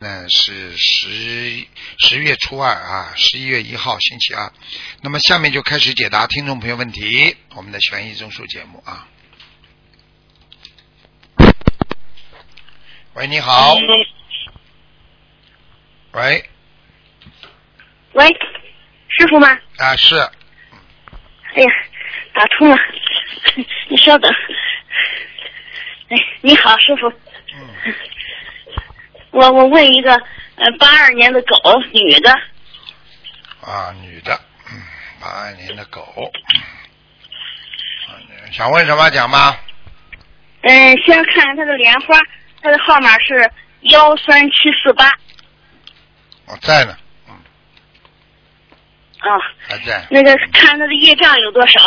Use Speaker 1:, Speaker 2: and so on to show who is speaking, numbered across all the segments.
Speaker 1: 呢呃是十十月初二啊，十一月一号星期二。那么下面就开始解答听众朋友问题，我们的悬疑综述节目啊。喂，你
Speaker 2: 哎
Speaker 1: 好，
Speaker 2: 嗯
Speaker 1: 喂，
Speaker 2: 喂，师傅吗？
Speaker 1: 啊是，
Speaker 2: 哎呀，打通了，你稍等。哎，你好，师傅，
Speaker 1: 嗯，
Speaker 2: 我我问一个，呃，八二年的狗，女的，
Speaker 1: 啊女的，嗯，八二年的狗，嗯啊想问什么讲吧，
Speaker 2: 嗯、先看看她的莲花，她的号码是幺三七四八
Speaker 1: 我在呢，嗯，
Speaker 2: 啊，
Speaker 1: 还在，
Speaker 2: 那个看她的业障有多少？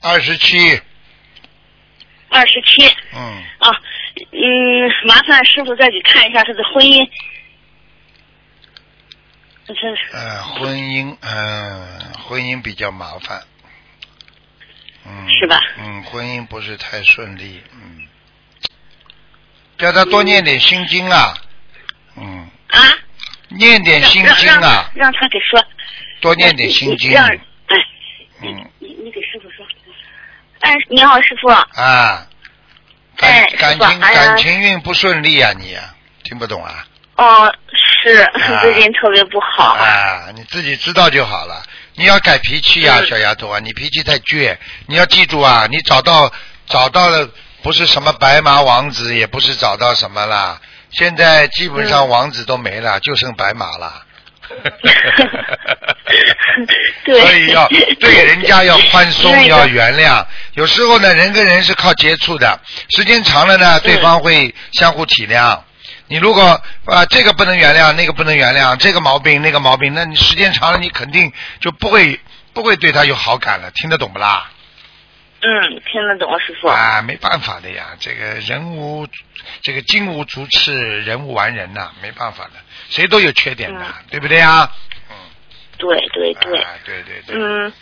Speaker 1: 二十七，
Speaker 2: 二十七
Speaker 1: 嗯，
Speaker 2: 啊，嗯，麻烦师傅再给看一下她的婚姻。这
Speaker 1: 呃，婚姻，嗯、婚姻比较麻烦，嗯，
Speaker 2: 是吧
Speaker 1: 嗯，婚姻不是太顺利，嗯，叫他多念点心经啊，嗯，
Speaker 2: 啊，
Speaker 1: 念点
Speaker 2: 让
Speaker 1: 心
Speaker 2: 让
Speaker 1: 经啊
Speaker 2: 让，让他给说，
Speaker 1: 多念点心经，
Speaker 2: 让哎，
Speaker 1: 嗯
Speaker 2: 你你给师傅说。哎，你好，师傅。
Speaker 1: 啊，
Speaker 2: 哎
Speaker 1: 感
Speaker 2: 师
Speaker 1: 感
Speaker 2: 傅
Speaker 1: 情
Speaker 2: 哎呀
Speaker 1: 感情运不顺利啊，你啊听不懂啊？
Speaker 2: 哦，是
Speaker 1: 啊
Speaker 2: 最近特别不好。
Speaker 1: 啊，你自己知道就好了。你要改脾气呀、
Speaker 2: 嗯
Speaker 1: 小丫头啊，你脾气太倔。你要记住啊，你找到找到了不是什么白马王子，也不是找到什么啦。现在基本上
Speaker 2: 嗯
Speaker 1: 王子都没了，就剩白马了。
Speaker 2: 对
Speaker 1: 所以要对人家要宽松，
Speaker 2: 那个
Speaker 1: 要原谅。有时候呢，人跟人是靠接触的，时间长了呢，对
Speaker 2: 嗯
Speaker 1: 方会相互体谅。你如果啊、这个不能原谅，那个不能原谅，这个毛病那个毛病，那你时间长了，你肯定就不会不会对他有好感了，听得懂不啦？
Speaker 2: 嗯，听得懂，师傅。
Speaker 1: 啊，没办法的呀，这个人无这个金无足赤，人无完人呐、没办法的，谁都有缺点的，
Speaker 2: 嗯
Speaker 1: 对不对呀？嗯，
Speaker 2: 对对对
Speaker 1: 啊，，对对对，
Speaker 2: 嗯，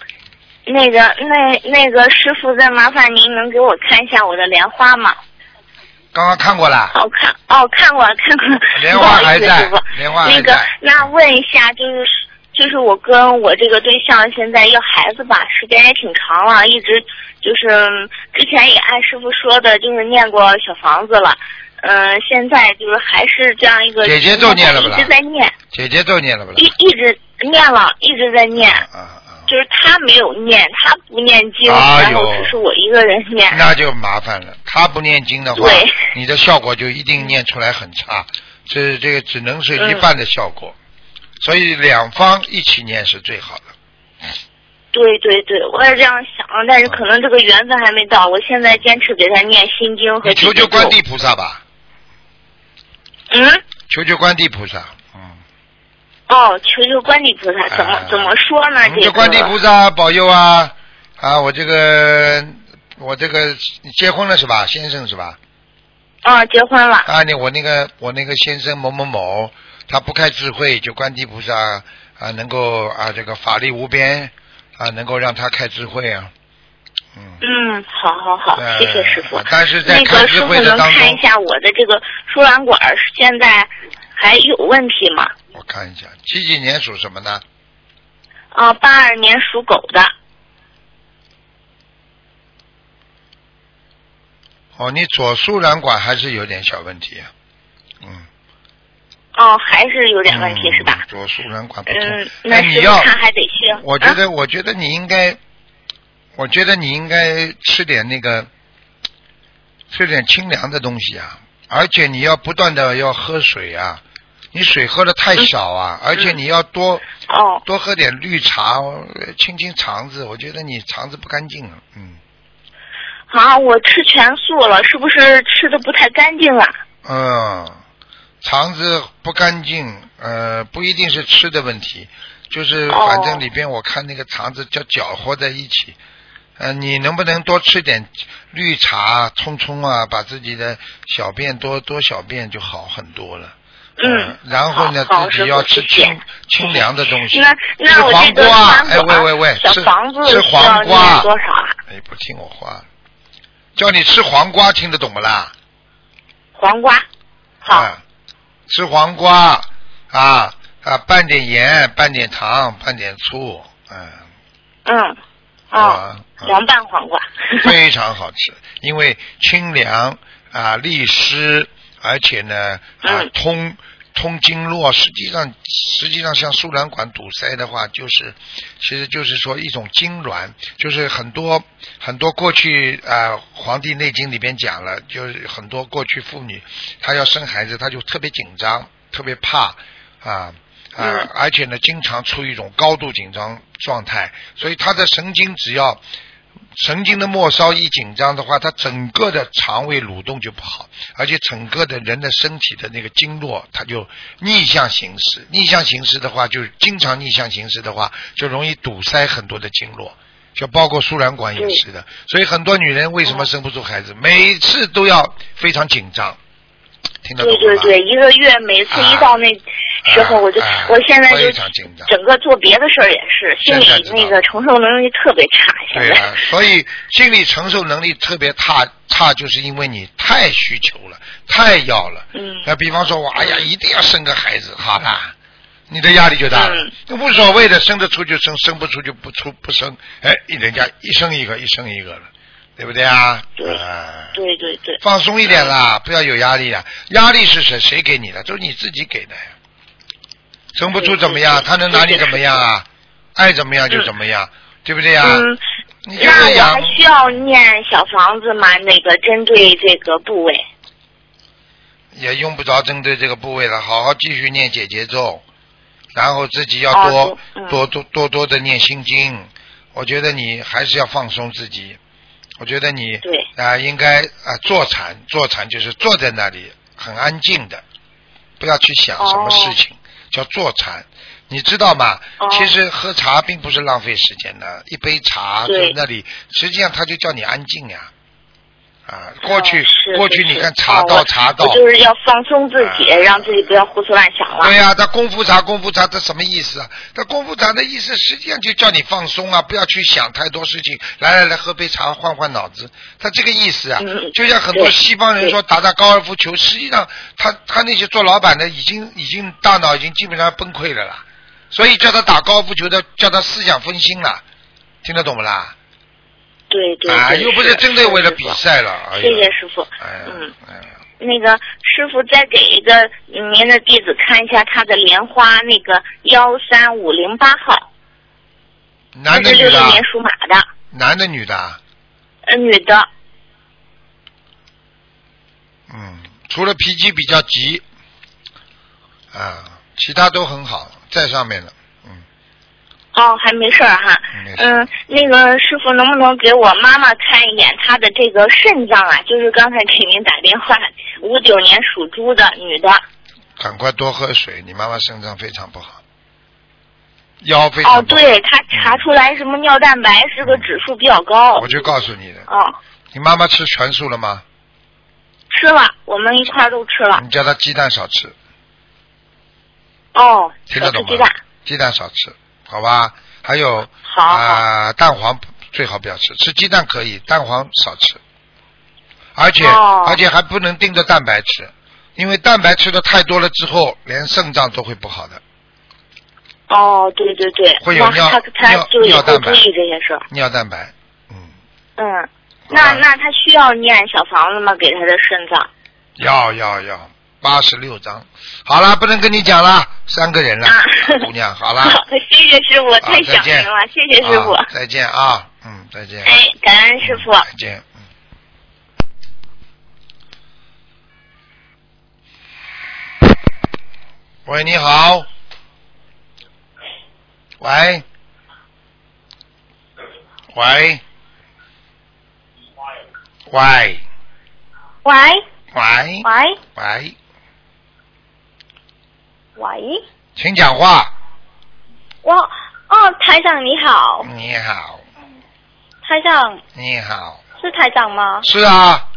Speaker 2: 那个那那个师傅，再麻烦您能给我看一下我的莲花吗？
Speaker 1: 刚刚看过了。
Speaker 2: 好看哦，看过看过。
Speaker 1: 莲花还在
Speaker 2: 不好意思师傅
Speaker 1: 莲花还在
Speaker 2: 那个，那问一下，就是就是我跟我这个对象现在要孩子吧，时间也挺长了，一直就是嗯之前也按师傅说的，就是念过小房子了。嗯、现在就是还是这样一个
Speaker 1: 姐姐咒念了不啦
Speaker 2: 一直在念，
Speaker 1: 姐姐咒念了不啦
Speaker 2: 一？一直念了，一直在念，
Speaker 1: 啊啊！
Speaker 2: 就是他没有念，他不念经，
Speaker 1: 哎
Speaker 2: 然后
Speaker 1: 呦
Speaker 2: 只是我一个人 念。
Speaker 1: 那就麻烦了。他不念经的话
Speaker 2: 对，
Speaker 1: 你的效果就一定念出来很差，这这个只能是一半的效果。所以两方一起念是最好的。
Speaker 2: 对对对，我也这样想，但是可能这个缘分还没到。我现在坚持给他念心经和
Speaker 1: 你求求
Speaker 2: 姐姐咒
Speaker 1: 观地菩萨吧，
Speaker 2: 嗯，
Speaker 1: 求求观地菩萨。嗯，
Speaker 2: 哦，求求观地菩萨，怎么、
Speaker 1: 啊
Speaker 2: 怎么说呢？
Speaker 1: 你
Speaker 2: 这
Speaker 1: 就
Speaker 2: 个
Speaker 1: 观地菩萨保佑啊啊！我这个我这个你结婚了是吧，先生是吧？
Speaker 2: 啊，结婚了。
Speaker 1: 啊，你我那个我那个先生某某某，他不开智慧，就观地菩萨啊，能够啊这个法力无边啊，能够让他开智慧啊。嗯，
Speaker 2: 嗯，好好好，
Speaker 1: 呃
Speaker 2: 谢谢师傅。
Speaker 1: 但是在
Speaker 2: 那
Speaker 1: 开
Speaker 2: 个
Speaker 1: 智
Speaker 2: 师傅
Speaker 1: 慧的
Speaker 2: 能
Speaker 1: 当
Speaker 2: 看一
Speaker 1: 中，
Speaker 2: 下我的这个输卵管儿现在还有问题吗？
Speaker 1: 我看一下，几几年属什么呢？
Speaker 2: 啊，八二年属狗的。
Speaker 1: 哦，你左输卵管还是有点小问题、啊。嗯，
Speaker 2: 哦，还是有点问题、
Speaker 1: 嗯
Speaker 2: 是吧？
Speaker 1: 左输卵管不通。
Speaker 2: 嗯，那
Speaker 1: 哎
Speaker 2: 师
Speaker 1: 你
Speaker 2: 傅
Speaker 1: 要
Speaker 2: 看还得需要。
Speaker 1: 我觉
Speaker 2: 啊、
Speaker 1: 得，我觉得你应该，我觉得你应该吃点那个，吃点清凉的东西啊，而且你要不断的要喝水啊，你水喝的太少啊，而且你要多
Speaker 2: 哦，
Speaker 1: 多喝点绿茶，呃清清肠子。我觉得你肠子不干净啊，嗯，
Speaker 2: 啊，我吃全素了，是不是吃的不太干净了？
Speaker 1: 嗯，肠子不干净，呃，不一定是吃的问题，就是
Speaker 2: 哦
Speaker 1: 反正里边我看那个肠子叫搅和在一起。呃，你能不能多吃点绿茶、葱葱啊，把自己的小便多多小便就好很多了。
Speaker 2: 嗯
Speaker 1: 呃然后呢，
Speaker 2: 好好
Speaker 1: 自己要吃
Speaker 2: 师傅谢谢
Speaker 1: 清清凉的东西。
Speaker 2: 那
Speaker 1: 吃
Speaker 2: 那我
Speaker 1: 黄
Speaker 2: 这个
Speaker 1: 瓜
Speaker 2: 房，子
Speaker 1: 哎，喂
Speaker 2: 啊
Speaker 1: 喂喂，
Speaker 2: 小
Speaker 1: 吃
Speaker 2: 房子
Speaker 1: 吃
Speaker 2: 需要
Speaker 1: 黄
Speaker 2: 念
Speaker 1: 瓜，
Speaker 2: 多少啊？
Speaker 1: 哎，不听我话，叫你吃黄瓜，听得懂不啦？
Speaker 2: 黄瓜，好，
Speaker 1: 啊，吃黄瓜啊啊，拌点盐，拌点糖，拌点醋，嗯，
Speaker 2: 嗯，哦，
Speaker 1: 啊，哎嗯
Speaker 2: 凉拌黄瓜，
Speaker 1: 非常好吃，因为清凉啊，利湿，而且呢啊
Speaker 2: 嗯
Speaker 1: 通通经络，实际上实际上像输卵管堵塞的话，就是其实就是说一种痉挛，就是很多很多过去啊《黄帝内经》里边讲了，就是很多过去妇女她要生孩子，她就特别紧张，特别怕啊。啊
Speaker 2: 嗯，
Speaker 1: 而且呢，经常处于一种高度紧张状态，所以她的神经只要神经的末梢一紧张的话，它整个的肠胃蠕动就不好，而且整个的人的身体的那个经络，它就逆向行驶。逆向行驶的话，就是经常逆向行驶的话，就容易堵塞很多的经络，就包括输卵管也是的。所以很多女人为什么
Speaker 2: 嗯
Speaker 1: 生不出孩子，每次都要非常紧张，听得懂
Speaker 2: 对
Speaker 1: 吗？
Speaker 2: 对对，一个月每次一到那时候，
Speaker 1: 啊
Speaker 2: 我就
Speaker 1: 啊
Speaker 2: 我现在就
Speaker 1: 非常紧张。
Speaker 2: 整个做别的事儿也是，心
Speaker 1: 现在
Speaker 2: 里
Speaker 1: 知道
Speaker 2: 那个承受能力特别差，现
Speaker 1: 对
Speaker 2: 在
Speaker 1: 啊，所以心理承受能力特别差，差就是因为你太需求了，太要了。
Speaker 2: 嗯
Speaker 1: 那比方说，我哎呀，一定要生个孩子，好啦，你的压力就大了
Speaker 2: 嗯。
Speaker 1: 那、无所谓的，生得出就生，生不出就不出不生。哎，人家一生一个，一生一个了，对不对啊？
Speaker 2: 对嗯
Speaker 1: 啊
Speaker 2: 对对对，
Speaker 1: 放松一点啦，不要有压力啊！压力是谁谁给你的？都是你自己给的呀。生不出怎么样？
Speaker 2: 对对对
Speaker 1: 他能拿你怎么样啊？爱怎么样就怎么样，对不对哎呀？
Speaker 2: 嗯，
Speaker 1: 你就
Speaker 2: 那
Speaker 1: 是
Speaker 2: 我还
Speaker 1: 养
Speaker 2: 需要念小房子吗？那个针对这个部位，
Speaker 1: 也用不着针对这个部位了，好好继续念解节奏，然后自己要
Speaker 2: 哦
Speaker 1: 多、
Speaker 2: 对嗯
Speaker 1: 多多多多的念心经。我觉得你还是要放松自己，我觉得你
Speaker 2: 对
Speaker 1: 啊、应该啊、坐禅，坐禅就是坐在那里很安静的，不要去想什么事情，叫坐禅。你知道吗？
Speaker 2: 哦
Speaker 1: 其实喝茶并不是浪费时间的，一杯茶
Speaker 2: 对
Speaker 1: 在那里，实际上它就叫你安静呀、啊，过去、
Speaker 2: 哦是
Speaker 1: 过去
Speaker 2: 是
Speaker 1: 你
Speaker 2: 是
Speaker 1: 看茶
Speaker 2: 哦
Speaker 1: 道、
Speaker 2: 我
Speaker 1: 茶道，
Speaker 2: 我就是要放松自己，
Speaker 1: 啊
Speaker 2: 让自己不要胡思乱想了。
Speaker 1: 对呀、他功夫茶，功夫茶，这什么意思啊？他功夫茶的意思实际上就叫你放松啊，不要去想太多事情。来来来，喝杯茶，换换脑子。他这个意思啊，
Speaker 2: 嗯
Speaker 1: 就像很多
Speaker 2: 对
Speaker 1: 西方人说打打高尔夫球，实际上他他那些做老板的已经已经大脑已经基本上崩溃了啦，所以叫他打高尔夫球的，叫他思想分心了，听得懂不啦？
Speaker 2: 对对对
Speaker 1: 啊，又不是针对为了比。
Speaker 2: 是
Speaker 1: 赛了，哎呀
Speaker 2: 师傅谢谢师傅。
Speaker 1: 哎呀，
Speaker 2: 嗯，
Speaker 1: 哎呀。
Speaker 2: 那个师傅再给一个嗯您的弟子看一下他的莲花，那个幺三五零八号，
Speaker 1: 男的
Speaker 2: 是
Speaker 1: 女
Speaker 2: 六
Speaker 1: 的啊？
Speaker 2: 六年属马的，
Speaker 1: 男的女的啊？
Speaker 2: 呃，女的，
Speaker 1: 嗯，除了脾气比较急，啊，其他都很好，在上面了。嗯，
Speaker 2: 哦，还没事儿哈。
Speaker 1: 没事
Speaker 2: 嗯，那个师傅能不能给我妈妈看一眼她的这个肾脏啊？就是刚才给您打电话，五九年属猪的女的。
Speaker 1: 赶快多喝水，你妈妈肾脏非常不好，腰非
Speaker 2: 哦
Speaker 1: 常，不好。嗯
Speaker 2: 对，她查出来什么尿蛋白是个指数比较高。
Speaker 1: 我就告诉你的，
Speaker 2: 哦，
Speaker 1: 你妈妈吃全素了吗？
Speaker 2: 吃了，我们一块儿都吃了。
Speaker 1: 你叫她鸡蛋少吃，
Speaker 2: 哦，
Speaker 1: 听得
Speaker 2: 小
Speaker 1: 懂
Speaker 2: 吃
Speaker 1: 吗
Speaker 2: 鸡蛋。？
Speaker 1: 鸡蛋少吃，好吧？还有
Speaker 2: 好好，
Speaker 1: 啊、蛋黄最好不要吃，吃鸡蛋可以，蛋黄少吃，而且、
Speaker 2: 哦
Speaker 1: 而且还不能盯着蛋白吃，因为蛋白吃的太多了之后，连肾脏都会不好的，
Speaker 2: 哦，对对对，
Speaker 1: 会有
Speaker 2: 那
Speaker 1: 尿
Speaker 2: 她她
Speaker 1: 尿
Speaker 2: 就以
Speaker 1: 尿
Speaker 2: 后
Speaker 1: 蛋白
Speaker 2: 注意这些事儿。
Speaker 1: 尿蛋白。嗯，
Speaker 2: 嗯，那
Speaker 1: 好吧
Speaker 2: 那她需要念小房子吗？给她的肾脏？
Speaker 1: 要要要，八十六张。好了，不能跟你讲了，三个人了，
Speaker 2: 啊
Speaker 1: 小姑娘，好了，
Speaker 2: 好，谢谢师傅，太
Speaker 1: 再
Speaker 2: 想
Speaker 1: 见
Speaker 2: 您了，谢 谢师傅。
Speaker 1: 啊再见啊，嗯，再见。
Speaker 2: 哎，感恩师傅。
Speaker 1: 再见。嗯喂，你好。喂。喂。喂。
Speaker 3: 喂
Speaker 1: 喂。
Speaker 3: 喂
Speaker 1: 喂，
Speaker 3: 喂，
Speaker 1: 请讲话。
Speaker 3: 我哦，台长你好，
Speaker 1: 你好，
Speaker 3: 台长
Speaker 1: 你好。
Speaker 3: 是台长吗？
Speaker 1: 是啊，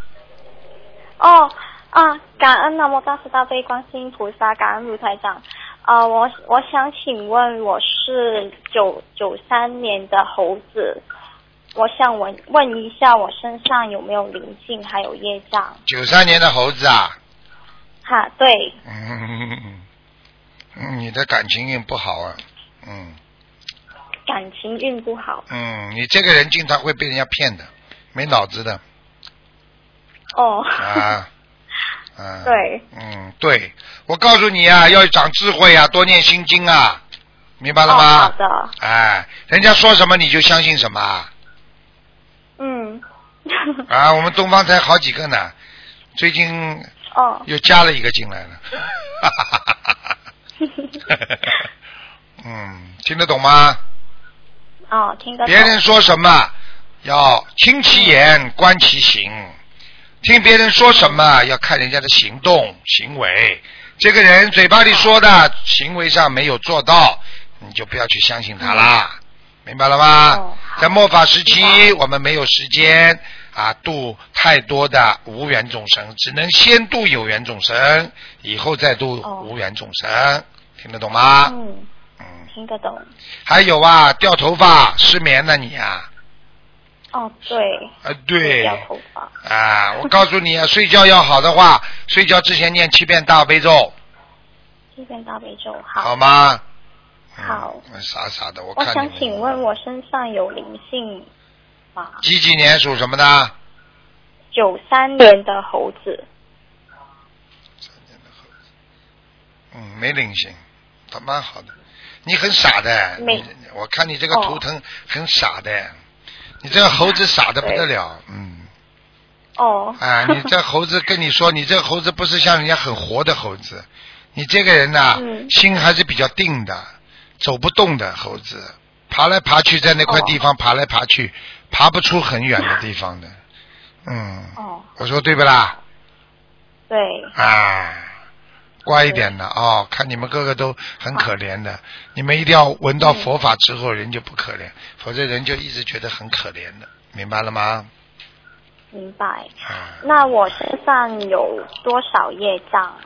Speaker 3: 哦啊，感恩南无大慈大悲观世音菩萨，感恩卢台长。啊、我我想请问我是九九三年的猴子，我想问问一下我身上有没有灵性，还有业障？
Speaker 1: 九三年的猴子啊，
Speaker 3: 哈，对，
Speaker 1: 嗯，嗯你的感情运不好啊，嗯
Speaker 3: 感情运不好。
Speaker 1: 嗯，你这个人经常会被人家骗的，没脑子的
Speaker 3: 哦，
Speaker 1: 啊啊。
Speaker 3: 对，
Speaker 1: 嗯，对，我告诉你啊，要长智慧啊，多念心经啊，明白
Speaker 3: 哦，
Speaker 1: 了吗？
Speaker 3: 好的，
Speaker 1: 哎，人家说什么你就相信什么啊！
Speaker 3: 嗯，
Speaker 1: 啊，我们东方才好几个呢，最近
Speaker 3: 哦，
Speaker 1: 又加了一个进来 了。 嗯，听得懂吗？
Speaker 3: 哦，听得懂
Speaker 1: 别。人说什么要听其
Speaker 3: 嗯
Speaker 1: 言，观其行。听别人说什么要看人家的行动行为。这个人嘴巴里说
Speaker 3: 嗯
Speaker 1: 的，行为上没有做到，你就不要去相信他啦，明白了吗？
Speaker 3: 嗯哦好
Speaker 1: 在末法时期，
Speaker 3: 明
Speaker 1: 我们没有时间啊度太多的无缘众生，只能先度有缘众生，以后再度
Speaker 3: 哦
Speaker 1: 无缘众生，听得懂吗？
Speaker 3: 嗯，
Speaker 1: 嗯，
Speaker 3: 听得懂。
Speaker 1: 还有啊，掉头发失眠了你啊。
Speaker 3: 哦，对，
Speaker 1: 啊，对，
Speaker 3: 掉头发。
Speaker 1: 啊，我告诉你啊，睡觉要好的话，睡觉之前念七遍大悲咒，
Speaker 3: 这边大悲咒好。
Speaker 1: 好吗？嗯
Speaker 3: 好，
Speaker 1: 傻傻的，我
Speaker 3: 我
Speaker 1: 看
Speaker 3: 想
Speaker 1: 你们
Speaker 3: 请问，我身上有灵性吗？
Speaker 1: 几几年属什么的？
Speaker 3: 九三年的猴子。
Speaker 1: 嗯，没灵性，他蛮好的。你很傻的，
Speaker 3: 没
Speaker 1: 你我看你这个
Speaker 3: 哦
Speaker 1: 图腾很傻的，你这个猴子傻的不得
Speaker 3: 对
Speaker 1: 了，嗯，
Speaker 3: 哦。
Speaker 1: 啊，你这猴子跟你说，你这猴子不是像人家很活的猴子，你这个人呐、
Speaker 3: 嗯
Speaker 1: 心还是比较定的，走不动的猴子，爬来爬去，在那块地方爬来爬去，爬不出很远的地方的。嗯，
Speaker 3: 哦，
Speaker 1: 我说对不啦？
Speaker 3: 对，
Speaker 1: 啊，乖一点的啊、哦看你们个个都很可怜的，你们一定要闻到佛法之后，人就不可怜，否则人就一直觉得很可怜的，明白了吗？
Speaker 3: 明白。
Speaker 1: 啊。
Speaker 3: 那我身上有多少业障？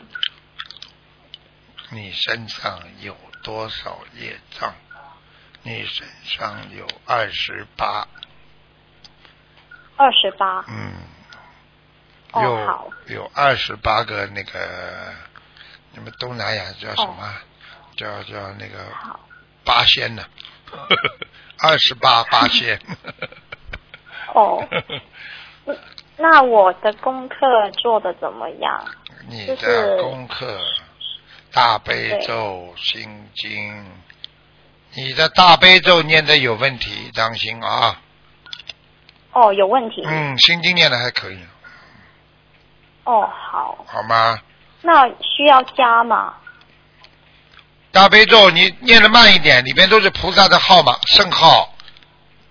Speaker 1: 你身上有多少业障？你身上有二十八，
Speaker 3: 二十八。
Speaker 1: 嗯，
Speaker 3: 哦
Speaker 1: 有、
Speaker 3: 好
Speaker 1: 有二十八个那个，你们东南亚叫什
Speaker 3: 哦
Speaker 1: 么？叫叫那个
Speaker 3: 好。
Speaker 1: 八仙 呢、二十八八仙。
Speaker 3: 哦，那我的功课做的怎么样？
Speaker 1: 你
Speaker 3: 就
Speaker 1: 的
Speaker 3: 是
Speaker 1: 功课，大悲咒、心经，你的大悲咒念的有问题，当心啊。
Speaker 3: 哦，有问题。
Speaker 1: 嗯，心经念的还可以，
Speaker 3: 哦，好。
Speaker 1: 好吗？
Speaker 3: 那需要加吗？
Speaker 1: 大悲咒你念的慢一点，里边都是菩萨的号码圣号，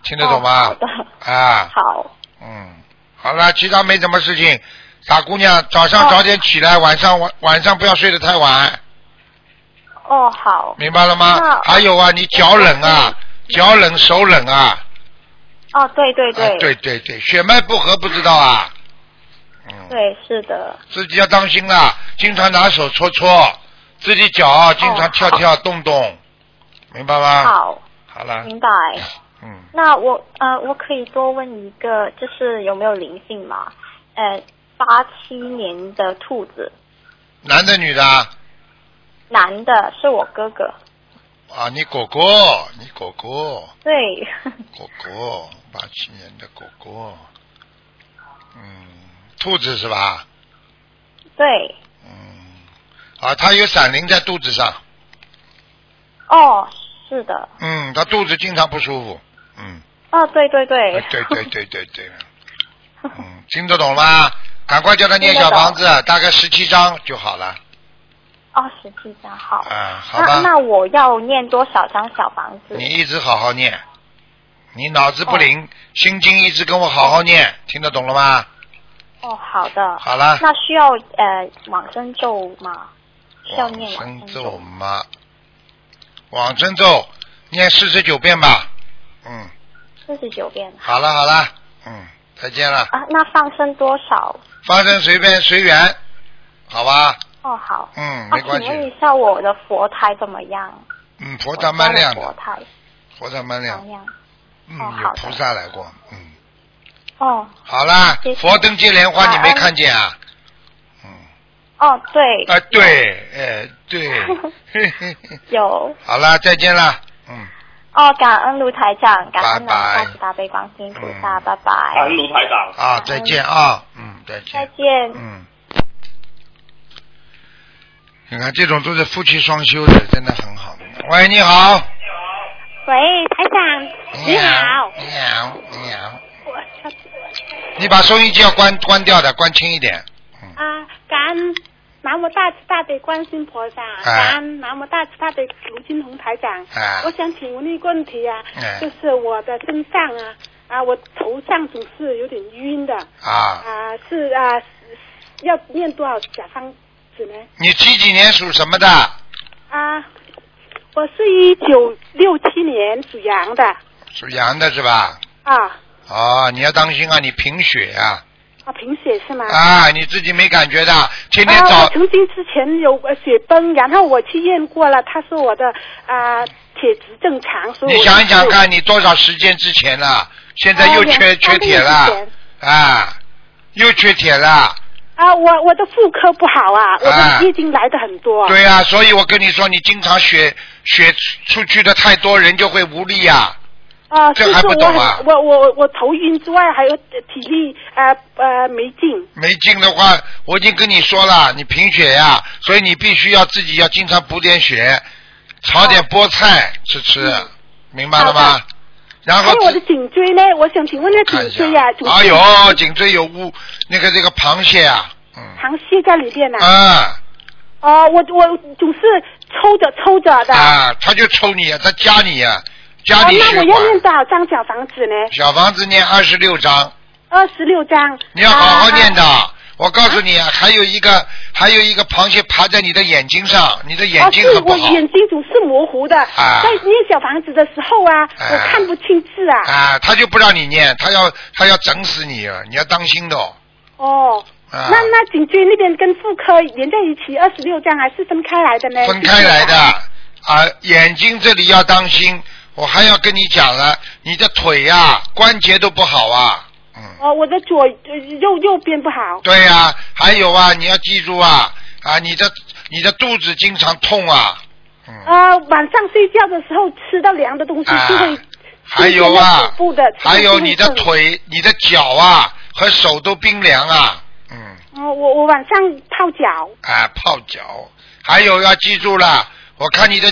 Speaker 1: 听得懂吗？
Speaker 3: 哦好的
Speaker 1: 啊，
Speaker 3: 好。
Speaker 1: 嗯，好了，其他没什么事情。傻姑娘，早上
Speaker 3: 哦
Speaker 1: 早点起来，晚上晚晚上不要睡得太晚，
Speaker 3: 哦，好。
Speaker 1: 明白了吗
Speaker 3: 那？
Speaker 1: 还有啊，你脚冷啊，脚冷手冷啊，
Speaker 3: 哦，对对对。
Speaker 1: 啊对对对，血脉不和不知道啊，嗯，
Speaker 3: 对是的。
Speaker 1: 自己要当心啊，经常拿手搓搓，自己脚啊经常跳跳动动，明白吗？，
Speaker 3: 好，
Speaker 1: 好了，
Speaker 3: 明白。
Speaker 1: 嗯，
Speaker 3: 那我呃，我可以多问一个，就是有没有灵性嘛？呃，八七年的兔子，
Speaker 1: 男的女的啊？
Speaker 3: 男的，是我哥哥。
Speaker 1: 啊，你狗狗，你狗狗，
Speaker 3: 对，
Speaker 1: 狗狗，八七年的狗狗，嗯，兔子是吧？
Speaker 3: 对。
Speaker 1: 嗯，啊，它有闪灵在肚子上，
Speaker 3: 哦，是的。
Speaker 1: 嗯，它肚子经常不舒服，嗯，
Speaker 3: 哦，对对对。
Speaker 1: 哎对对。对对对，嗯，听得懂吗？赶快叫他念小房子，大概十七章就好了，
Speaker 3: 哦，十七张好。
Speaker 1: 啊，好
Speaker 3: 那
Speaker 1: 吧
Speaker 3: 那，我要念多少张小房子
Speaker 1: 你？一直好好念，你脑子不灵，心经一直跟我好好念，听得懂了吗？
Speaker 3: 哦，好的。
Speaker 1: 好啊了。
Speaker 3: 那需要呃往生咒吗？需要
Speaker 1: 往
Speaker 3: 念往
Speaker 1: 生
Speaker 3: 生
Speaker 1: 咒
Speaker 3: 咒。
Speaker 1: 吗？往生咒念四十九遍吧。嗯，
Speaker 3: 四十九遍。
Speaker 1: 好了好了，嗯，再见了。
Speaker 3: 啊，那放生多少？
Speaker 1: 发生随便随缘，好吧？
Speaker 3: 哦，好。
Speaker 1: 嗯，
Speaker 3: 啊，
Speaker 1: 没
Speaker 3: 请
Speaker 1: 关系。
Speaker 3: 问一下我的佛台怎么样？
Speaker 1: 嗯，菩萨蛮亮
Speaker 3: 我家的佛
Speaker 1: 的，
Speaker 3: 台
Speaker 1: 菩萨蛮
Speaker 3: 怎
Speaker 1: 亮
Speaker 3: 么。样？
Speaker 1: 嗯，
Speaker 3: 哦
Speaker 1: 有
Speaker 3: 好的
Speaker 1: 菩萨来过。嗯，
Speaker 3: 哦
Speaker 1: 好啦
Speaker 3: 谢，谢
Speaker 1: 佛灯接莲花
Speaker 3: 感
Speaker 1: 你没
Speaker 3: 恩
Speaker 1: 看见啊？嗯，
Speaker 3: 哦，对。
Speaker 1: 啊，对，哎， 对，
Speaker 3: 有
Speaker 1: 好啦，再见啦，嗯，
Speaker 3: 哦，感恩卢台长，感
Speaker 1: 拜
Speaker 3: 恩南无
Speaker 1: 拜
Speaker 3: 大慈大悲观世音菩萨，
Speaker 1: 嗯
Speaker 3: 拜
Speaker 4: 感
Speaker 3: 拜
Speaker 4: 恩，卢台长。
Speaker 1: 啊，再见啊，嗯，再
Speaker 3: 再
Speaker 1: 见，
Speaker 3: 见。
Speaker 1: 嗯。你看，这种都是夫妻双修的，真的很好。喂，你好。
Speaker 5: 喂，台长，你好，
Speaker 1: 你好，你好。
Speaker 5: 我
Speaker 1: 你把收音机要关关掉的，关轻一点。
Speaker 5: 啊，感恩南无大慈大悲观世音菩萨，
Speaker 1: 哎
Speaker 5: 感恩南无大慈大悲卢金红台长。
Speaker 1: 啊
Speaker 5: 我想请问一个问题啊，
Speaker 1: 哎
Speaker 5: 就是我的身上啊啊，我头上总是有点晕的
Speaker 1: 啊，
Speaker 5: 啊，是啊，是要念多少甲方子呢？
Speaker 1: 你几几年属什么的？
Speaker 5: 啊，我是一九六七年属羊的
Speaker 1: 属羊的是吧？
Speaker 5: 啊
Speaker 1: 哦，你要当心啊，你贫血啊！
Speaker 5: 啊，贫血是吗？
Speaker 1: 啊，你自己没感觉的，天天
Speaker 5: 啊，
Speaker 1: 早
Speaker 5: 我曾经之前有呃血崩，然后我去验过了，他说我的啊、铁质正常，所以
Speaker 1: 你
Speaker 5: 我
Speaker 1: 想一想
Speaker 5: 就
Speaker 1: 看，你多少时间之前了？现在又
Speaker 5: 啊
Speaker 1: 缺
Speaker 5: 两
Speaker 1: 缺铁
Speaker 5: 三个
Speaker 1: 了
Speaker 5: 月之前
Speaker 1: 啊，又缺铁了。
Speaker 5: 啊，我我的妇科不好啊，我
Speaker 1: 啊
Speaker 5: 的月经来的很多，
Speaker 1: 对啊，所以我跟你说，你经常血血出去的太多，人就会无力啊。
Speaker 5: 啊，
Speaker 1: 这
Speaker 5: 就是
Speaker 1: 还不
Speaker 5: 我
Speaker 1: 懂啊
Speaker 5: 很我我我头晕之外，还有体力呃呃没劲
Speaker 1: 没劲的话，我已经跟你说了，你贫血呀、所以你必须要自己要经常补点血，炒点菠菜吃吃，明白了
Speaker 5: 嗯好
Speaker 1: 吗
Speaker 5: 的？
Speaker 1: 然后
Speaker 5: 还有我的颈椎呢，我想请问那
Speaker 1: 看
Speaker 5: 颈
Speaker 1: 一下
Speaker 5: 椎啊，颈，
Speaker 1: 哎
Speaker 5: 椎
Speaker 1: 呦，颈椎有污，那个这个螃蟹啊，嗯，
Speaker 5: 螃蟹在里边呢、
Speaker 1: 啊
Speaker 5: 哦，我我总是抽着抽着的，
Speaker 1: 啊，他就抽你啊，他夹你啊，夹
Speaker 5: 啊，
Speaker 1: 你
Speaker 5: 那
Speaker 1: 血
Speaker 5: 我要
Speaker 1: 管。
Speaker 5: 念多少张小房子呢？
Speaker 1: 小房子念二十六章，
Speaker 5: 二十六张，
Speaker 1: 你要好好念的。
Speaker 5: 啊
Speaker 1: 我告诉你啊，还有一个，还有一个螃蟹爬在你的眼睛上，你的眼睛
Speaker 5: 哦，是
Speaker 1: 很不
Speaker 5: 我
Speaker 1: 好。
Speaker 5: 眼睛总是模糊的，
Speaker 1: 啊
Speaker 5: 在念小房子的时候啊，
Speaker 1: 啊
Speaker 5: 我看不清字啊。
Speaker 1: 啊，他就不让你念，他要他要整死你，你要当心的哦。
Speaker 5: 哦，
Speaker 1: 啊，
Speaker 5: 那那颈椎那边跟妇科连在一起，二十六张还是分开来的呢？
Speaker 1: 分开来的。啊，眼睛这里要当心。我还要跟你讲了，你的腿呀、关节都不好啊。嗯，
Speaker 5: 哦，我的左呃右右边不好。
Speaker 1: 对呀、还有啊，你要记住啊啊，你的你的肚子经常痛啊。嗯，
Speaker 5: 呃，晚上睡觉的时候吃到凉的东西
Speaker 1: 啊
Speaker 5: 就会。
Speaker 1: 还有啊
Speaker 5: 不的，，
Speaker 1: 还有你的
Speaker 5: 就会痛。
Speaker 1: 腿、你的脚啊和手都冰凉啊。嗯。
Speaker 5: 哦，我我晚上泡脚。
Speaker 1: 啊，泡脚，还有要记住了，我看你的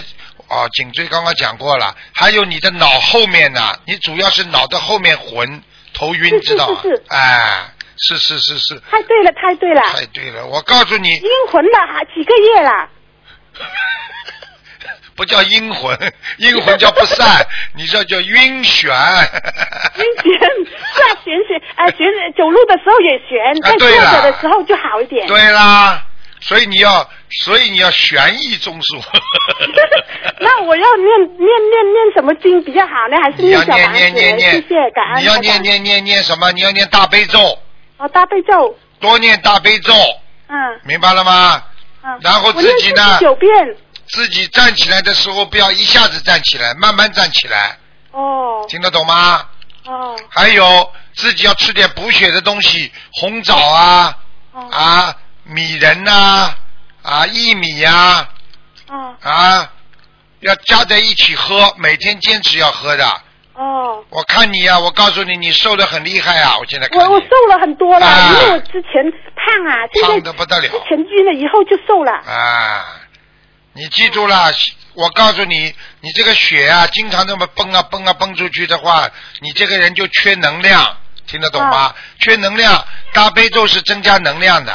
Speaker 1: 哦，颈椎刚刚讲过了，还有你的脑后面呐、你主要是脑的后面浑头
Speaker 5: 是
Speaker 1: 晕，
Speaker 5: 是
Speaker 1: 知道吗
Speaker 5: 是啊是？
Speaker 1: 哎，是是是是，
Speaker 5: 太对了，太对了，
Speaker 1: 太对了，我告诉你
Speaker 5: 阴，魂了还几个月了。
Speaker 1: 不叫阴魂，阴魂叫不散，你这叫晕眩。
Speaker 5: 晕眩，是啊，旋旋，呃，旋走路的时候也旋，在坐
Speaker 1: 啊对了
Speaker 5: 着的时候就好一点。
Speaker 1: 对啦，所以你要，所以你要悬意中枢。
Speaker 5: 那我要念念念念什么经比较好呢？还是
Speaker 1: 你要
Speaker 5: 小
Speaker 1: 念
Speaker 5: 房子？
Speaker 1: 念念念，
Speaker 5: 谢谢，感恩。
Speaker 1: 你要
Speaker 5: 感
Speaker 1: 念
Speaker 5: 恩。
Speaker 1: 念念念什么？你要念大悲咒，
Speaker 5: 哦，大悲咒，
Speaker 1: 多念大悲咒，
Speaker 5: 嗯
Speaker 1: 明白了吗？
Speaker 5: 嗯。
Speaker 1: 然后自己呢
Speaker 5: 我念九遍。
Speaker 1: 自己站起来的时候不要一下子站起来，慢慢站起来，
Speaker 5: 哦
Speaker 1: 听得懂吗？
Speaker 5: 哦
Speaker 1: 还有自己要吃点补血的东西，红枣啊
Speaker 5: 哦
Speaker 1: 啊，米仁呐啊，薏米呀
Speaker 5: 哦
Speaker 1: 啊要加在一起喝，每天坚持要喝的。
Speaker 5: 哦。
Speaker 1: 我看你呀、我告诉你，你瘦的很厉害啊！我现在看
Speaker 5: 我
Speaker 1: 你
Speaker 5: 我瘦了很多了，
Speaker 1: 啊
Speaker 5: 因为我之前胖啊，现
Speaker 1: 胖
Speaker 5: 在
Speaker 1: 的不得了
Speaker 5: 之前晕了以后就瘦了。
Speaker 1: 啊，你记住了，我告诉你，你这个血啊，经常那么蹦啊蹦啊蹦出去的话，你这个人就缺能量，听得懂
Speaker 5: 啊
Speaker 1: 吗？缺能量，大悲咒是增加能量的，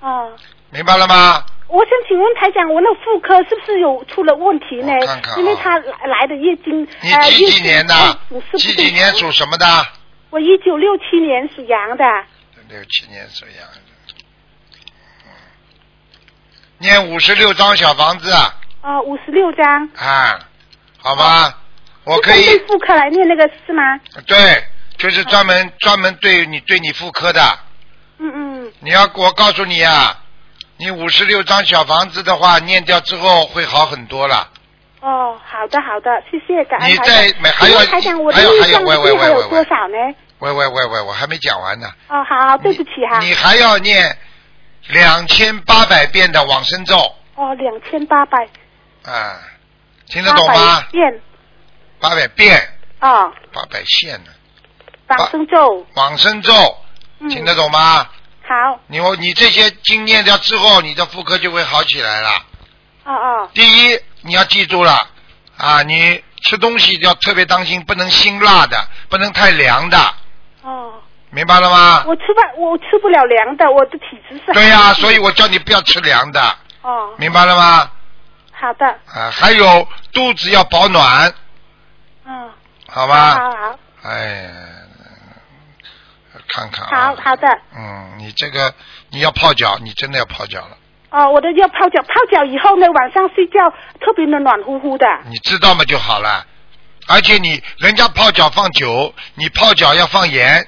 Speaker 5: 哦，
Speaker 1: 明白了吗？
Speaker 5: 我想请问台长，我那妇科是不是有出了问题呢？
Speaker 1: 我看看啊
Speaker 5: 因为他来来的月经，
Speaker 1: 你
Speaker 5: 呃，
Speaker 1: 几几年的？
Speaker 5: 月经总是
Speaker 1: 几
Speaker 5: 不正
Speaker 1: 几年
Speaker 5: 常
Speaker 1: 属什么的？
Speaker 5: 我一九六七年属羊的，
Speaker 1: 六七年属羊的。嗯念五十六张小房子啊，
Speaker 5: 哦，五十六张。
Speaker 1: 啊好吧，
Speaker 5: 啊
Speaker 1: 我
Speaker 5: 是
Speaker 1: 可以
Speaker 5: 针对妇科来念那个是吗？
Speaker 1: 对，就是专门专门对你对你妇科的，
Speaker 5: 嗯嗯。
Speaker 1: 你要我告诉你啊，你五十六张小房子的话，念掉之后会好很多了。
Speaker 5: 哦，好的好的，谢谢，感恩
Speaker 1: 你
Speaker 5: 台
Speaker 1: 再
Speaker 5: 长
Speaker 1: 没还
Speaker 5: 请问
Speaker 1: 有
Speaker 5: 台长，我的
Speaker 1: 还有
Speaker 5: 内
Speaker 1: 还有
Speaker 5: 脏
Speaker 1: 喂
Speaker 5: 脂
Speaker 1: 喂
Speaker 5: 肪还
Speaker 1: 喂喂
Speaker 5: 有多少呢？
Speaker 1: 喂喂喂喂，我还没讲完呢。
Speaker 5: 哦，好，对不起哈。
Speaker 1: 你还要念两千八百遍的往生咒
Speaker 5: 哦，两千八百
Speaker 1: 啊，听得
Speaker 5: 八
Speaker 1: 懂吗
Speaker 5: 百？遍
Speaker 1: 八百遍，
Speaker 5: 啊，
Speaker 1: 八百线呢？
Speaker 5: 往生咒，
Speaker 1: 往生咒
Speaker 5: 嗯，
Speaker 1: 啊听得懂吗？
Speaker 5: 好，
Speaker 1: 你我你这些经念掉之后，你的妇科就会好起来了。
Speaker 5: 哦哦，
Speaker 1: 第一，你要记住了啊，你吃东西要特别当心，不能辛辣的，不能太凉的，
Speaker 5: 哦，
Speaker 1: 明白了吗？
Speaker 5: 我吃不，我吃不了凉的，我的体质是
Speaker 1: 对呀、所以我叫你不要吃凉的，
Speaker 5: 哦，
Speaker 1: 明白了吗？
Speaker 5: 好的，
Speaker 1: 啊，还有肚子要保暖，
Speaker 5: 嗯，
Speaker 1: 好
Speaker 5: 好
Speaker 1: 吧？
Speaker 5: 好好
Speaker 1: 哎，看看啊
Speaker 5: 好。好的，
Speaker 1: 嗯，你这个你要泡脚，你真的要泡脚了。
Speaker 5: 哦，我的要泡脚，泡脚以后呢，晚上睡觉特别的暖乎乎的，
Speaker 1: 你知道嘛就好了。而且你人家泡脚放酒，你泡脚要放盐，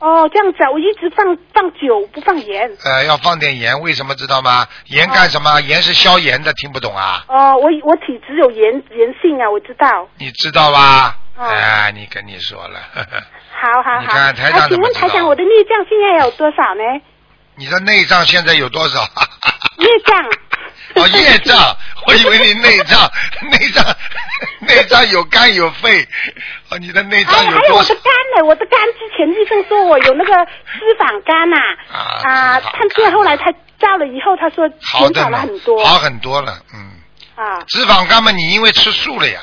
Speaker 5: 哦，这样子啊，我一直放放酒不放盐，
Speaker 1: 呃，要放点盐，为什么知道吗？盐干什么？盐是消炎的，听不懂啊？
Speaker 5: 哦，我我体质有炎炎性啊，我知道，
Speaker 1: 你知道吧？
Speaker 5: 哦
Speaker 1: 哎，你跟你说了， 呵呵
Speaker 5: 好好
Speaker 1: 你
Speaker 5: 好，
Speaker 1: 看台长
Speaker 5: 啊，请
Speaker 1: 怎
Speaker 5: 问
Speaker 1: 么知道
Speaker 5: 台长，我的孽障现在有多少呢？
Speaker 1: 你的内脏现在有多少？。
Speaker 5: 孽障
Speaker 1: 哦，业障，我以为你内脏， 内脏，内脏有肝有肺，哦，你的内
Speaker 5: 哎，
Speaker 1: 脏有
Speaker 5: 还有
Speaker 1: 多
Speaker 5: 我
Speaker 1: 少
Speaker 5: 的？肝呢？我的肝之前医生说我有那个脂肪肝呐、
Speaker 1: 啊
Speaker 5: 啊，
Speaker 1: 脂肪肝
Speaker 5: 他最后来他照了以后，他说
Speaker 1: 好
Speaker 5: 减
Speaker 1: 的
Speaker 5: 少了
Speaker 1: 嘛
Speaker 5: 很多，
Speaker 1: 好很多了，嗯，
Speaker 5: 啊，
Speaker 1: 脂肪肝嘛，你因为吃素了呀，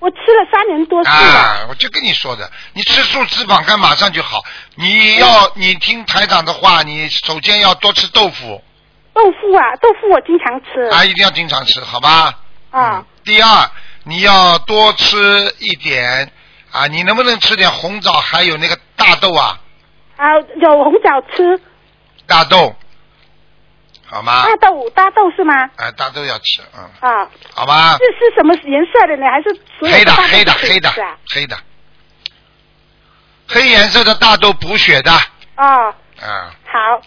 Speaker 5: 我吃了三年多次了，
Speaker 1: 啊，我就跟你说的，你吃素脂肪肝马上就好。你
Speaker 5: 嗯
Speaker 1: 要你听台长的话，你首先要多吃豆腐，
Speaker 5: 豆腐啊，豆腐我经常吃
Speaker 1: 啊，一定要经常吃，好吧？
Speaker 5: 啊
Speaker 1: 嗯。第二，你要多吃一点啊，你能不能吃点红枣，还有那个大豆啊？
Speaker 5: 啊，有红枣吃，
Speaker 1: 大豆，好吗？
Speaker 5: 大豆大豆是吗？
Speaker 1: 啊，大豆要吃，嗯，
Speaker 5: 啊，
Speaker 1: 好吧
Speaker 5: 是？是什么颜色的呢？还是所有
Speaker 1: 黑的，
Speaker 5: 大豆
Speaker 1: 黑的，
Speaker 5: 都可以
Speaker 1: 黑的
Speaker 5: 吃啊？，
Speaker 1: 黑的，黑颜色的大豆补血的，
Speaker 5: 哦，
Speaker 1: 啊，
Speaker 5: 好。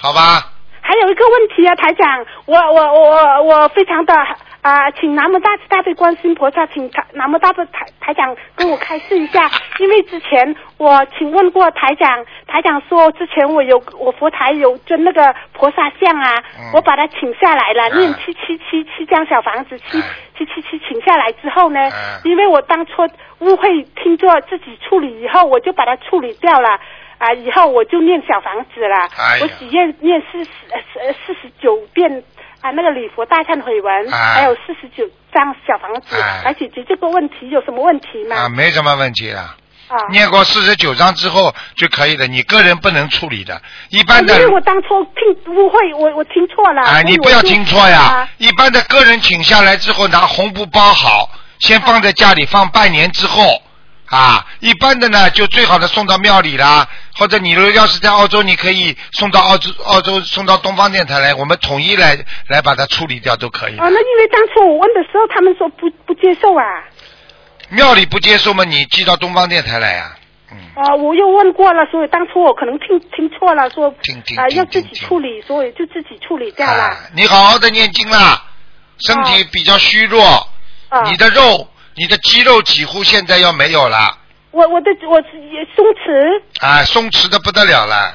Speaker 1: 好吧？
Speaker 5: 还有一个问题啊，台长，我我我我我非常的啊、请南无大慈大悲观世音菩萨，请台南无大悲台台长跟我开示一下，因为之前我请问过台长，台长说之前我有我佛台有尊那个菩萨像啊，
Speaker 1: 嗯
Speaker 5: 我把它请下来了，
Speaker 1: 嗯
Speaker 5: 念七七七七张小房子七
Speaker 1: 嗯
Speaker 5: 七七七请下来之后呢，
Speaker 1: 嗯
Speaker 5: 因为我当初误会听作自己处理以后，我就把它处理掉了。啊，以后我就念小房子了，
Speaker 1: 哎呀
Speaker 5: 我只念念四十呃四十九遍啊，那个礼佛大忏悔文，
Speaker 1: 哎
Speaker 5: 还有四十九张小房子
Speaker 1: 哎
Speaker 5: 来解决这个问题，有什么问题
Speaker 1: 啊，
Speaker 5: 吗？
Speaker 1: 没什么问题了。
Speaker 5: 啊，
Speaker 1: 念过四十九章之后就可以的，你个人不能处理的。一般
Speaker 5: 呃因
Speaker 1: 的
Speaker 5: 为我当初听误会，我我听错了，
Speaker 1: 啊，
Speaker 5: 所以
Speaker 1: 你
Speaker 5: 我
Speaker 1: 不要
Speaker 5: 就
Speaker 1: 听错呀
Speaker 5: 啊。
Speaker 1: 一般的个人请下来之后，拿红布包好，先放在家里放半年之后。啊，一般的呢，就最好的送到庙里啦，或者你如果要是在澳洲，你可以送到澳洲，澳洲送到东方电台来，我们统一来来把它处理掉都可以的。
Speaker 5: 哦，那因为当初我问的时候，他们说不不接受啊。
Speaker 1: 庙里不接受嘛，你寄到东方电台来呀、嗯，
Speaker 5: 啊、我又问过了，所以当初我可能听听错了，说
Speaker 1: 听听
Speaker 5: 啊、
Speaker 1: 听
Speaker 5: 要自己
Speaker 1: 听听
Speaker 5: 处理，所以就自己处理掉了。
Speaker 1: 啊，你好好的念经啦，身体
Speaker 5: 哦
Speaker 1: 比较虚弱。
Speaker 5: 啊、
Speaker 1: 你的肉、你的肌肉几乎现在要没有了，
Speaker 5: 我我的我也松弛
Speaker 1: 啊，松弛的不得了了，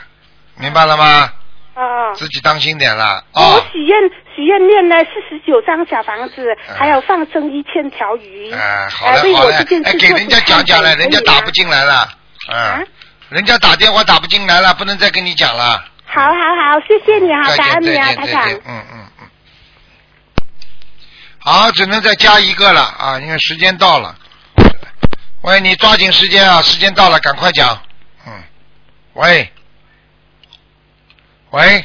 Speaker 1: 明白了吗？
Speaker 5: 啊。啊
Speaker 1: 自己当心点啦。
Speaker 5: 我
Speaker 1: 哦，
Speaker 5: 许愿许愿念了四十九张小房子，
Speaker 1: 啊
Speaker 5: 还有放生一千条鱼。
Speaker 1: 哎，好
Speaker 5: 啊为
Speaker 1: 嘞好
Speaker 5: 我
Speaker 1: 嘞
Speaker 5: 这件，
Speaker 1: 哎，
Speaker 5: 事
Speaker 1: 给
Speaker 5: 做
Speaker 1: 人家讲讲了，人家打不。进来了，
Speaker 5: 啊
Speaker 1: 嗯，人家打电话打不进来了，不能再跟你讲了。
Speaker 5: 好好好，谢谢你啊，
Speaker 1: 再
Speaker 5: 感
Speaker 1: 见
Speaker 5: 恩你啊，
Speaker 1: 再见
Speaker 5: 台
Speaker 1: 再
Speaker 5: 长
Speaker 1: 见，。嗯嗯嗯。好，只能再加一个了啊，因为时间到了。喂，你抓紧时间啊，时间到了，赶快讲。嗯，喂，喂，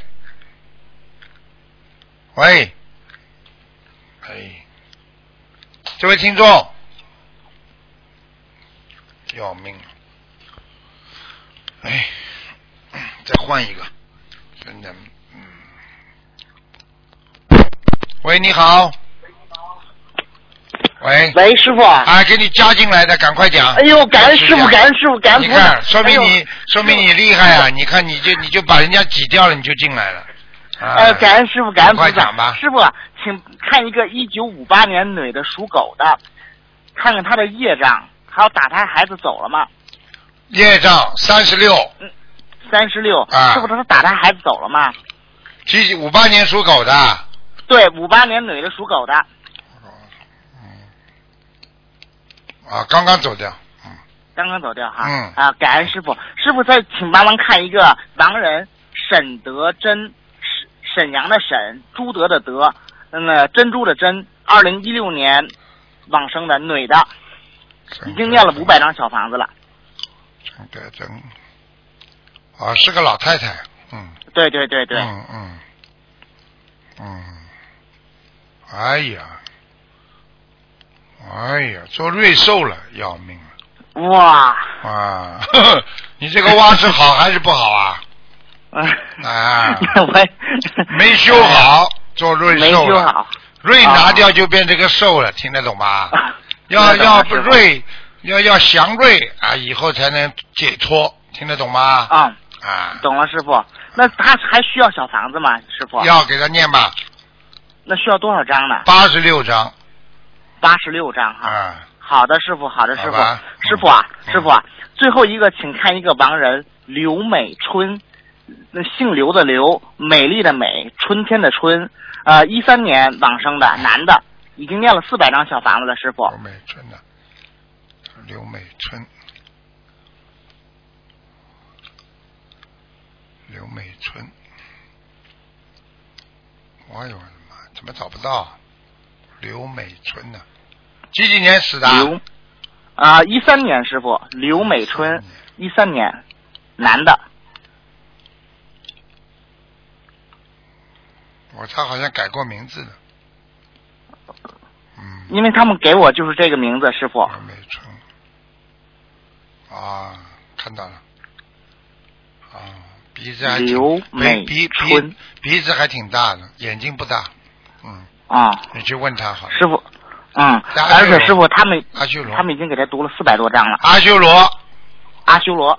Speaker 1: 喂，哎，这位听众，要命了！哎， 再换一个，真的，嗯。喂，你好。喂。
Speaker 4: 喂，师傅啊！
Speaker 1: 啊，给你加进来的，赶快讲。
Speaker 4: 哎呦，感恩师傅，感恩师傅，感
Speaker 1: 啊
Speaker 4: 恩
Speaker 1: 你
Speaker 4: 菩萨！
Speaker 1: 看，说明
Speaker 4: 哎
Speaker 1: 你
Speaker 4: 呦，
Speaker 1: 说明你厉害啊！你看，你就你就把人家挤掉了，你就进来了。啊
Speaker 4: 呃，感恩师傅，感恩菩
Speaker 1: 快
Speaker 4: 萨
Speaker 1: 讲吧！
Speaker 4: 师傅啊，请看一个一九五八年女的属狗的，看看她的业障，还有打胎孩子走了吗？
Speaker 1: 业障三十六，
Speaker 4: 三十六，
Speaker 1: 啊
Speaker 4: 师傅，她打胎孩子走了吗？
Speaker 1: 几五八年属狗的，
Speaker 4: 对，五八年女的属狗的，
Speaker 1: 啊，刚刚走掉，嗯，
Speaker 4: 刚刚走掉哈。
Speaker 1: 嗯
Speaker 4: 啊，感恩师傅，师傅再请帮忙看一个盲人沈德珍，沈沈阳的沈，朱德的德，嗯，珍珠的珍，二零一六年往生的女的，已经念了五百张小房子了。
Speaker 1: 真的真，啊，是个老太太，嗯，
Speaker 4: 对对对对，
Speaker 1: 嗯嗯，嗯，哎呀，哎呀，做瑞兽了，要命了
Speaker 4: 哇，
Speaker 1: 啊！ 呵呵你这个蛙是好还是不好啊？啊
Speaker 4: 我也
Speaker 1: 没修，好，做瑞
Speaker 4: 没
Speaker 1: 兽
Speaker 4: 修
Speaker 1: 了，
Speaker 4: 好，啊
Speaker 1: 瑞拿掉就变成个兽了，听得懂 吗？要
Speaker 4: 听得懂
Speaker 1: 要
Speaker 4: 了
Speaker 1: 不
Speaker 4: 师傅
Speaker 1: 瑞，要要祥瑞啊，以后才能解脱，听得懂吗？
Speaker 4: 啊，
Speaker 1: 啊，
Speaker 4: 懂了，师傅。那他还需要小房子吗，师傅？
Speaker 1: 要给他念吧，
Speaker 4: 那需要多少张呢？
Speaker 1: 八十六章
Speaker 4: 八十六张哈。
Speaker 1: 啊，
Speaker 4: 好的，师傅，好的，师
Speaker 1: 好
Speaker 4: 傅
Speaker 1: 吧，
Speaker 4: 师傅啊，
Speaker 1: 嗯
Speaker 4: 师傅啊，最后一个，请看一个亡人刘美春，那姓刘的刘，美丽的美，春天的春，呃，一三年往生的男的，已经念了四百张小房子了，师傅
Speaker 1: 刘。美春的，刘美春，刘美春，哎呦我的妈，怎么找不到？刘美春呢、几几年死的啊？
Speaker 4: 刘，啊，一三年，师傅，刘美
Speaker 1: 嗯
Speaker 4: 春，一三年，男的，
Speaker 1: 我他好像改过名字的。嗯。
Speaker 4: 因为他们给我就是这个名字，师傅。
Speaker 1: 刘美春。啊，看到了。啊，鼻子还挺哎
Speaker 4: 刘美
Speaker 1: 鼻鼻
Speaker 4: 春
Speaker 1: 鼻鼻子还挺大的，眼睛不大。嗯，
Speaker 4: 啊、
Speaker 1: 你去问他好了。
Speaker 4: 师傅，嗯，
Speaker 1: 加
Speaker 4: 而且
Speaker 1: 油
Speaker 4: 师傅他们
Speaker 1: 阿修罗
Speaker 4: 他。们已经给他读了四百多章了，
Speaker 1: 阿修罗。
Speaker 4: 阿修罗。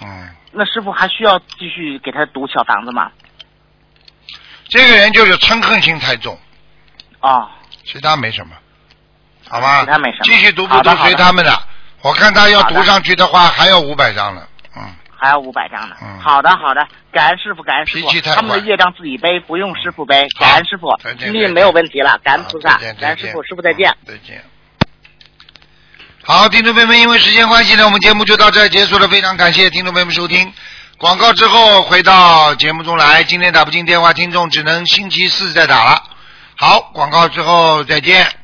Speaker 1: 嗯，
Speaker 4: 那师傅还需要继续给他读小房子吗？
Speaker 1: 这个人就是嗔恨心太重，
Speaker 4: 哦，
Speaker 1: 其他没什么，好吧？
Speaker 4: 其他没什么
Speaker 1: 继续读不
Speaker 4: 好
Speaker 1: 读
Speaker 4: 的好的
Speaker 1: 随他们的，我看他要
Speaker 4: 好的
Speaker 1: 读上去的话，还要五百张了。嗯。
Speaker 4: 还有五百张呢。
Speaker 1: 嗯
Speaker 4: 好的，好的，感恩师傅，感恩师
Speaker 1: 脾气
Speaker 4: 傅。
Speaker 1: 太坏
Speaker 4: 他们的业障自己背，不用师傅背。
Speaker 1: 好
Speaker 4: 感恩师傅
Speaker 1: 再，见
Speaker 4: 今天没有问题了，感恩菩萨
Speaker 1: 好再见，
Speaker 4: 感
Speaker 1: 再
Speaker 4: 恩
Speaker 1: 见
Speaker 4: 师傅，师傅再见。
Speaker 1: 再见。好，听众朋友们，因为时间关系呢，我们节目就到这儿结束了。非常感谢听众朋友们收听。广告之后回到节目中来，今天打不进电话，听众只能星期四再打了。好，广告之后再见。嗯